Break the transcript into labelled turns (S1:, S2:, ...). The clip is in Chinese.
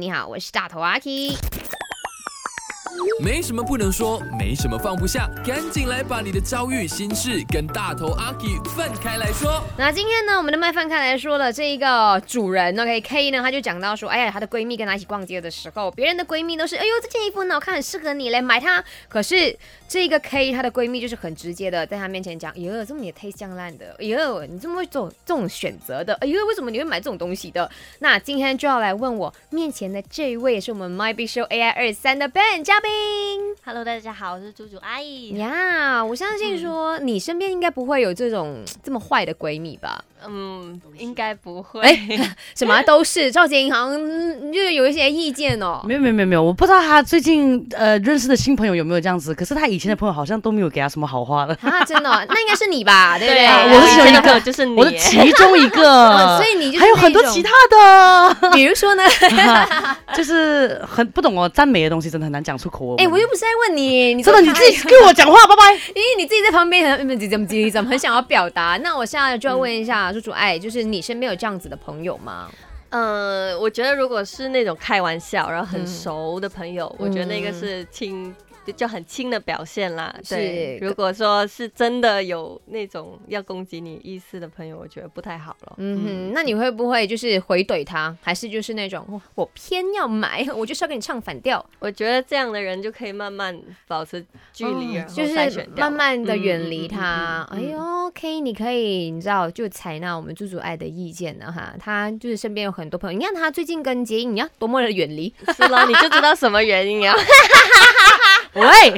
S1: 你好，我是大头阿 K。
S2: 没什么不能说，没什么放不下，赶紧来把你的遭遇、心事跟大头阿 K 分开来说。
S1: 那今天呢，我们的麦饭看来说了这一个主人 OK K 呢，他就讲到说，哎呀，她的闺蜜跟她一起逛街的时候，别人的闺蜜都是，哎呦，这件衣服很好看，很适合你嘞，买它。可是这个 K 她的闺蜜就是很直接的在她面前讲，哎呦，这么你的 taste 这样烂的，哎呦，你这么会做这种选择的，哎呦，为什么你会买这种东西的？那今天就要来问我面前的这一位是我们 My Big Show AI 二三的 Ben 嘉宾。
S3: Hello，大家好，我是猪猪阿姨。
S1: 呀我相信说你身边应该不会有这种这么坏的闺蜜吧？
S3: 嗯，应该不 会。
S1: 什么都是，赵杰银行嗯就有一些意见哦。
S4: 没有没有没有没有，我不知道他最近呃认识的新朋友有没有这样子，可是他以前的朋友好像都没有给他什么好 话了。
S1: 啊，真的哦、那应该是你吧，对不对？
S3: 啊
S4: 我是其中一
S3: 真
S4: 个
S3: 的就是你
S4: 我的
S3: 耶。
S4: 其中 一
S1: 嗯
S4: 个，
S1: 所以你就是
S4: 还有很多
S1: 那种
S4: 其他 的，
S1: 比如 说呢，
S4: 就是很不懂哦，赞美的东西真的很难讲出口哦。
S1: 哎、我又不是在问你，你
S4: 真的你自己
S1: 怎么
S4: 跟我讲话，拜拜。
S1: 看，因为你自己在旁边很怎么怎么怎么很想要表达。那我现在
S4: 嗯
S1: 就要问一下，朱主爱，就是你身边有这样子的朋友吗？
S3: 嗯，我觉得如果是那种开玩笑，然后很熟的朋友，我觉得那个
S1: 嗯
S3: 是亲，就就很亲的表现啦。对，
S1: 是
S3: 如果说是真的有那种要攻击你意思的朋友，我觉得不太好了。
S1: 嗯哼，那你会不会就是回怼他，还是就是那种哦我偏要买，我就是要跟你唱反调，
S3: 我觉得这样的人就可以慢慢保持距离，然后
S1: 就
S3: 筛
S1: 是
S3: 选掉
S1: 慢慢的远离
S3: 嗯嗯嗯
S1: 他。
S3: 嗯嗯嗯
S1: 哎呦，OK，你可以，你知道，就采纳我们猪猪爱的意见了哈。他就是身边有很多朋友，你看他最近跟杰英，你要多么的远离。
S3: 是了，你就知道什么原因啊。
S4: 喂，